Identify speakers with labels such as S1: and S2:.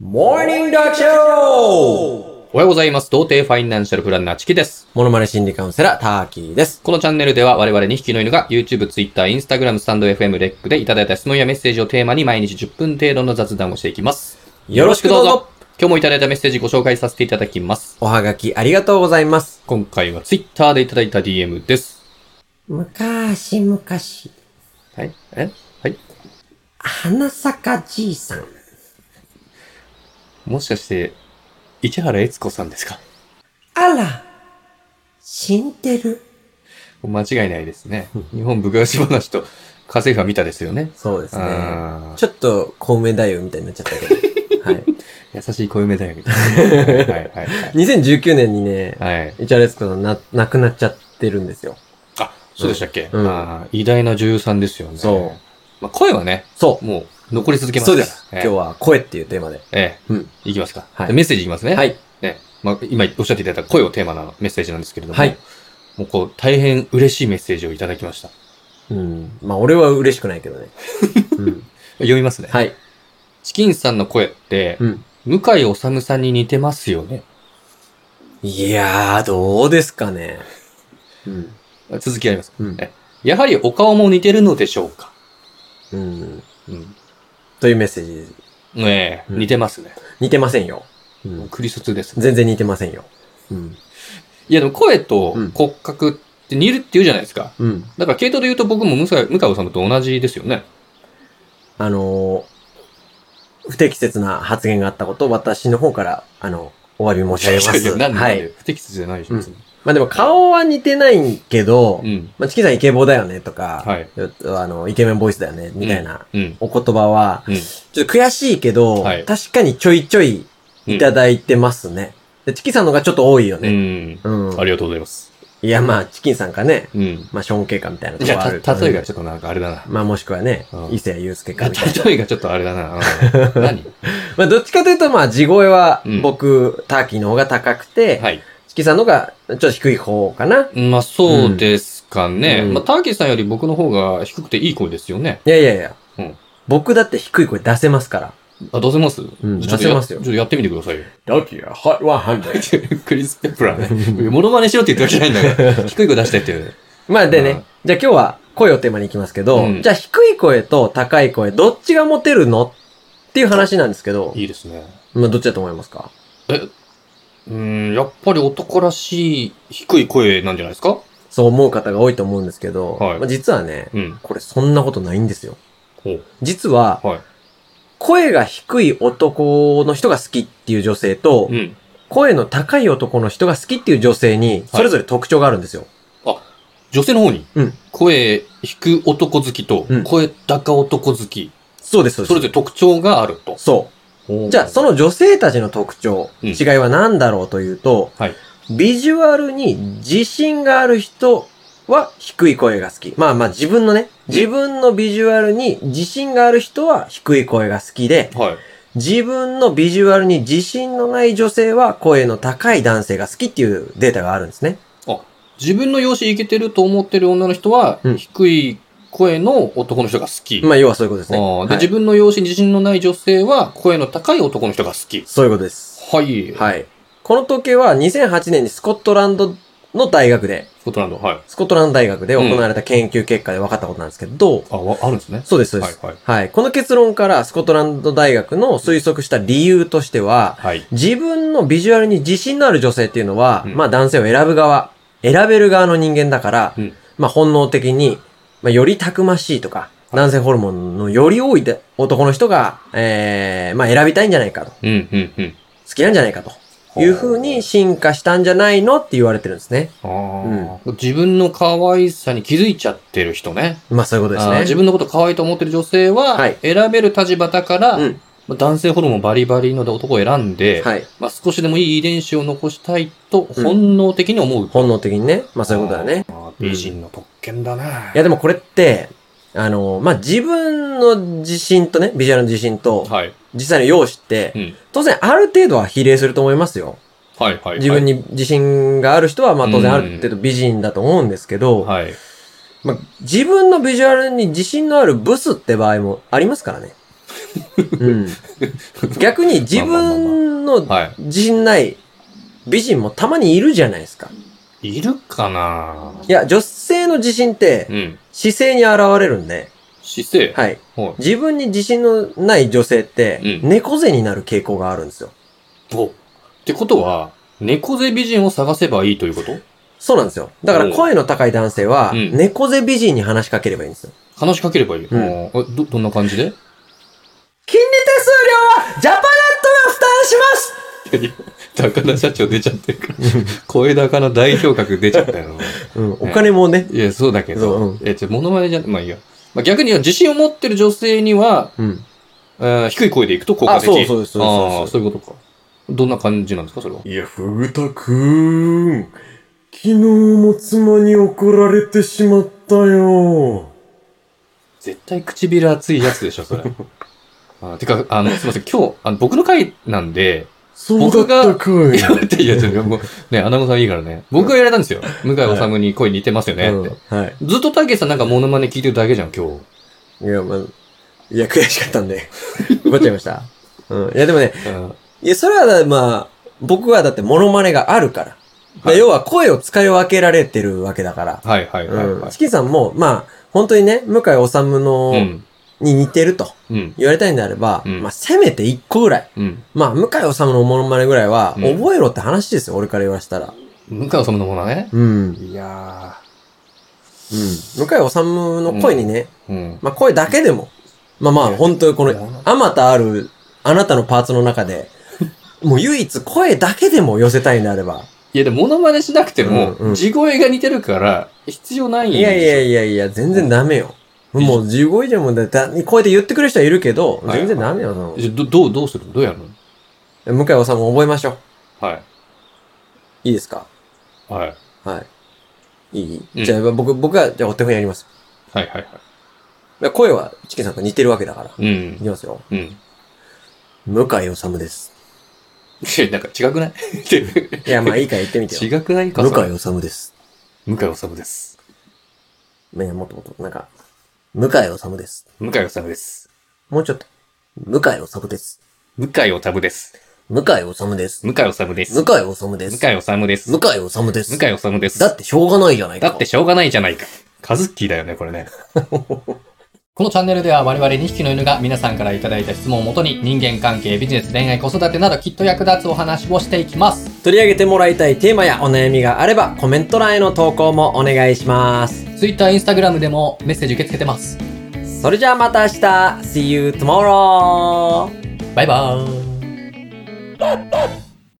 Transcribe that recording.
S1: モーニングダッチャロ
S2: おはようございます。童貞ファイナンシャルプランナーチキです。
S1: モノマネ心理カウンセラー、ターキーです。
S2: このチャンネルでは我々2匹の犬が YouTube、Twitter、Instagram、スタンド FM、レックでいただいた質問やメッセージをテーマに毎日10分程度の雑談をしていきます。
S1: よろしくどうぞ。
S2: 今日もいただいたメッセージご紹介させていただきます。
S1: おはがきありがとうございます。
S2: 今回は Twitter でいただいた DM です。
S1: むかしむかし、
S2: はいえはい
S1: 花坂じいさん。
S2: もしかして、市原悦子さんですか
S1: あら、死んでる。
S2: 間違いないですね。日本武家し話と家政婦は見たですよね。
S1: そうですね。
S2: あー
S1: ちょっと、コウメ太夫みたいになっちゃったけど。 はい。
S2: 優しい小夢だよ、みたいな。 はいはい
S1: 2019年にね、
S2: はい。はい。
S1: イチャレスコさんな、亡くなっちゃってるんですよ。
S2: あ、そうでしたっけ、
S1: うん
S2: あー偉大な女優さんですよね。
S1: そう。
S2: まあ、声はね、
S1: そ
S2: もう残り続け
S1: う。
S2: ます
S1: そう
S2: か
S1: で
S2: ら。
S1: す。
S2: え
S1: 今日は声っていうテーマで。
S2: えええ
S1: うん。
S2: いきますか。
S1: はい
S2: でメッセージいきますね。
S1: はい。
S2: ええまあ、今おっしゃっていただいた声をテーマのメッセージなんですけれども、
S1: はい
S2: もうこう、大変嬉しいメッセージをいただきました。
S1: うん。まあ、俺は嬉しくないけど ね。うん。
S2: 読みますね。
S1: はい。
S2: チキンさんの声って、
S1: うん。
S2: 向井治さんに似てますよね。
S1: いやー、どうですかね。うん。
S2: 続きあります。
S1: うん
S2: えやはりお顔も似てるのでしょうか
S1: うん。
S2: うん。
S1: というメッセージ。
S2: ねえ、
S1: うん
S2: 似てますね。
S1: 似てませんよ。うん。
S2: クリソツですね。
S1: 全然似てませんよ。うん。
S2: いやでも声と
S1: うん
S2: 骨格って似るって言うじゃないですか。
S1: うん。
S2: だから系統で言うと僕も向井向井さんと同じですよね。
S1: あのー、不適切な発言があったこと、私の方から、あの、お詫び申し上げます。
S2: いやいやなんで、
S1: は
S2: なん
S1: い。
S2: で不適切じゃないでしょ、別に
S1: まあでも顔は似てないけど、
S2: うん。
S1: まあ、チキンさんイケボだよねとか、
S2: はい
S1: あの、イケメンボイスだよね、みたいな、
S2: うん。
S1: お言葉は、
S2: うん。
S1: ちょっと悔しいけど、
S2: はい
S1: 確かにちょいちょいいただいてますね。で、チキンさんの方がちょっと多いよ
S2: う
S1: ね。
S2: ん。
S1: うん。
S2: ありがとうございます。
S1: いや、まあ、チキンさんかね、
S2: うん。
S1: まあ、ショーン・ケイかみたいなと
S2: い
S1: こはあ
S2: や、
S1: る。
S2: た、例えが
S1: うん
S2: ちょっとなんかあれだな。
S1: まあ、もしくはね
S2: う、ん
S1: 伊勢祐介かみたいな。
S2: 例えがちょっとあれだな。うん 何
S1: まあ、どっちかというと、まあ、地声は
S2: うん
S1: 僕、ターキーの方が高くて、
S2: はい。
S1: チキンさんの方がちょっと低い方かな。
S2: まあ、そうですかね。
S1: うん
S2: まあ、ターキーさんより僕の方が低くていい声ですよね。
S1: いやいやいや。
S2: うん
S1: 僕だって低い声出せますから。
S2: あ、出せます
S1: うん
S2: ちょっと
S1: 出せ
S2: や
S1: ますよ
S2: ちょっとやってみてくださいよ。
S1: ダーキーは、はい、ワンハンド。
S2: クリス・ペプ ラーね。モノマネしろって言ってわけじゃないんだ から。低い声出してっていう。
S1: まあでね、
S2: うん
S1: じゃあ今日は声をテーマに行きますけど、
S2: うん
S1: じゃあ低い声と高い声、どっちがモテるのっていう話なんですけど、
S2: いいですね。
S1: まあどっちだと思いますか
S2: うーん、やっぱり男らしい低い声なんじゃないですか
S1: そう思う方が多いと思うんですけど、
S2: はい
S1: まあ、実はね、
S2: うん。
S1: これそんなことないんですよ。
S2: ほう。
S1: 実は、
S2: はい。
S1: 声が低い男の人が好きっていう女性と、
S2: うん。
S1: 声の高い男の人が好きっていう女性に、それぞれ特徴があるんですよ。
S2: 女性の方に、
S1: うん
S2: 声低男好きと
S1: うん、
S2: 声高男好き、
S1: そうです、そうです。
S2: それぞれ特徴があると。
S1: そ
S2: ほ
S1: う。
S2: う
S1: じゃあ、そ、の女性たちの特徴、
S2: うん
S1: 違いは何だろうというと、
S2: はい
S1: ビジュアルに自信がある人は低い声が好き。まあまあ自分のね、自分のビジュアルに自信がある人は低い声が好きで、
S2: はい。
S1: 自分のビジュアルに自信のない女性は声の高い男性が好きっていうデータがあるんですね。
S2: 自分の容姿いけてると思ってる女の人は、
S1: うん
S2: 低い声の男の人が好き。
S1: まあ要はそういうことです
S2: あ
S1: ね。
S2: ーで
S1: はい
S2: 自分の容姿に自信のない女性は、声の高い男の人が好き。
S1: そういうことです。
S2: はい。い。
S1: はい。この統計は2008年にスコットランドの大学で、
S2: スコットランド、はい。
S1: スコットランド大学で行われた研究結果で分かったことなんですけど、
S2: あ、わあるんですね。
S1: そうです、そうで
S2: はい
S1: す、。
S2: はい。
S1: はい。この結論からスコットランド大学の推測した理由としては、
S2: はい。
S1: 自分のビジュアルに自信のある女性っていうのは、
S2: うん
S1: まあ男性を選ぶ側、選べる側の人間だから、
S2: うん
S1: まあ本能的に、まあよりたくましいとか、男性ホルモンのより多いで男の人が、えー、まあ選びたいんじゃないかと。
S2: うん、うん、うん。
S1: 好きなんじゃないかと。いう風に進化したんじゃないのって言われてるんですね。
S2: あー自分の可愛さに気づいちゃってる人ね。
S1: まあそういうことです
S2: あー
S1: ね。
S2: 自分のこと可愛いと思ってる女性は、
S1: はい
S2: 選べる立場だから、
S1: うん
S2: まあ男性ホルモンバリバリの男を選んで、
S1: はい。
S2: まあ、少しでもいい遺伝子を残したいと
S1: うん
S2: 本能的に思う。
S1: 本能的にね。まあそういうことだね。
S2: あー。美人の特権だな。
S1: いやでもこれって、あの、まあ自分の自信とね、ビジュアルの自信と、
S2: はい。
S1: 実際の容姿って、
S2: うん。
S1: 当然ある程度は比例すると思いますよ。
S2: はい、はい。
S1: 自分
S2: に。
S1: に自信がある人は、まあ当然ある程度美人だと思うんですけど、
S2: はい。
S1: まあ自分のビジュアルに自信のあるブスって場合もありますからね。うん、逆に自分の
S2: は
S1: 自信ない美人もたまにいるじゃないですか。
S2: い。いるかない
S1: や、女性の自信って
S2: うん。
S1: 姿勢に現れるんで、
S2: 姿勢。
S1: はい。
S2: は
S1: 自分に自信のない女性って、
S2: うん
S1: 猫背になる傾向があるんですよ。
S2: い。おってことは、猫背美人を探せばいいということ
S1: そうなんですよ。だから声の高い男性は、
S2: うん
S1: 猫背美人に話しかければいいんですよ。
S2: 話しかければいい。
S1: うん
S2: おーえど、どんな感じで
S1: 金利手数料はジャパネットが負担します
S2: 高田社長出ちゃってるから。声高の代表格出ちゃったよ。
S1: うん、お金もね、
S2: いや、そうだけ
S1: そう
S2: ど
S1: うん。
S2: え、ちょ、モノマネじゃ、まあいいや。まあ逆に自信を持ってる女性には、
S1: うん。
S2: えー低い声でいくと効果
S1: あ
S2: 的。
S1: そうそうですそうです
S2: あ
S1: そう
S2: ー
S1: です
S2: そういうことか。どんな感じなんですか、それは。
S1: いや、ふぐたくーん。昨日も妻に怒られてしまったよ。
S2: 絶対唇熱いやつでしょ、それ。 あーてか、あの、すいません、今日、あの僕の回なんで、
S1: そか
S2: いや、待っていや、ちょっともう、ね、アナゴさんいいからね。僕がやられたんですよ。向井治に声似てますよね、って。
S1: うんはい。
S2: ずっとたけしさんなんかモノマネ聞いてるだけじゃん、今日。
S1: いや、まあ、いや、悔しかったん で、怒っちゃいました。うん。いや、でもね、
S2: うん
S1: いや、それは、まあ、僕はだってモノマネがあるから。まあ
S2: はい
S1: 要は声を使い分けられてるわけだから。
S2: はいはいはい
S1: うん
S2: は。い
S1: チ。キンさんも、まあ、本当にね、向井治の、
S2: うん。
S1: に似てると
S2: うん。
S1: 言われたいんであれば、
S2: うん
S1: まあ、せめて一個ぐらい。
S2: うん。
S1: まあ、向井治のモノマネぐらいは、
S2: うん
S1: 覚えろって話ですよ、俺から言わせたら。
S2: 向井治のものね。
S1: うん。うん。
S2: いや
S1: 向井治の声にね、
S2: ー。うん。
S1: まあ、声だけでも、まあまあ、本当にこ
S2: いや
S1: の、あまたある、あなたのパーツの中で、もう唯一声だけでも寄せたいんであれば。
S2: いや、でも、モノマネしなくても
S1: うんう、ん
S2: 地声が似てるから、必要ないんで
S1: い
S2: しょ
S1: やいやいやいや、全然ダメよ。
S2: うん
S1: もう15以上もだ、だ、こうやって言ってくる人はいるけど、
S2: はい
S1: 全然ダメよ、その。
S2: じゃど、どう、どうするどうやるの
S1: 向井治も覚えましょう。
S2: はい。
S1: いいですか
S2: はい。
S1: はい。いい、
S2: うん
S1: じゃあ僕、僕は、じゃあお手本やります。
S2: はいはいはい。
S1: いや声は、チキンさんと似てるわけだから。
S2: う
S1: いき
S2: ん。
S1: ますよ。
S2: うん。
S1: 向井治です。
S2: いやなんか違くない
S1: いや、まあいいから言ってみてよ。
S2: 違くないか
S1: 向
S2: それ
S1: 井治です。
S2: 向井治です。
S1: ねもっともっと、なんか、向井治です。
S2: 向井治です。
S1: もうちょっと。向井治です。
S2: 向井治です。
S1: 向井治です。
S2: 向
S1: 向井
S2: 井治です。
S1: 治で
S2: 向井
S1: す。
S2: 治です。
S1: 向井治で
S2: 向
S1: す。
S2: 井治です。
S1: だってしょうがないじゃないか。
S2: だってしょうがないじゃないか。カズッキーだよね、これね。このチャンネルでは我々2匹の犬が皆さんからいただいた質問をもとに人間関係、ビジネス、恋愛、子育てなどきっと役立つお話をしていきます。
S1: 取り上げてもらいたいテーマやお悩みがあれば、コメント欄への投稿もお願いします。
S2: Twitter、Instagram でもメッセージ受け付けてます。
S1: それじゃあまた明日 !See you tomorrow!
S2: バイバーイ。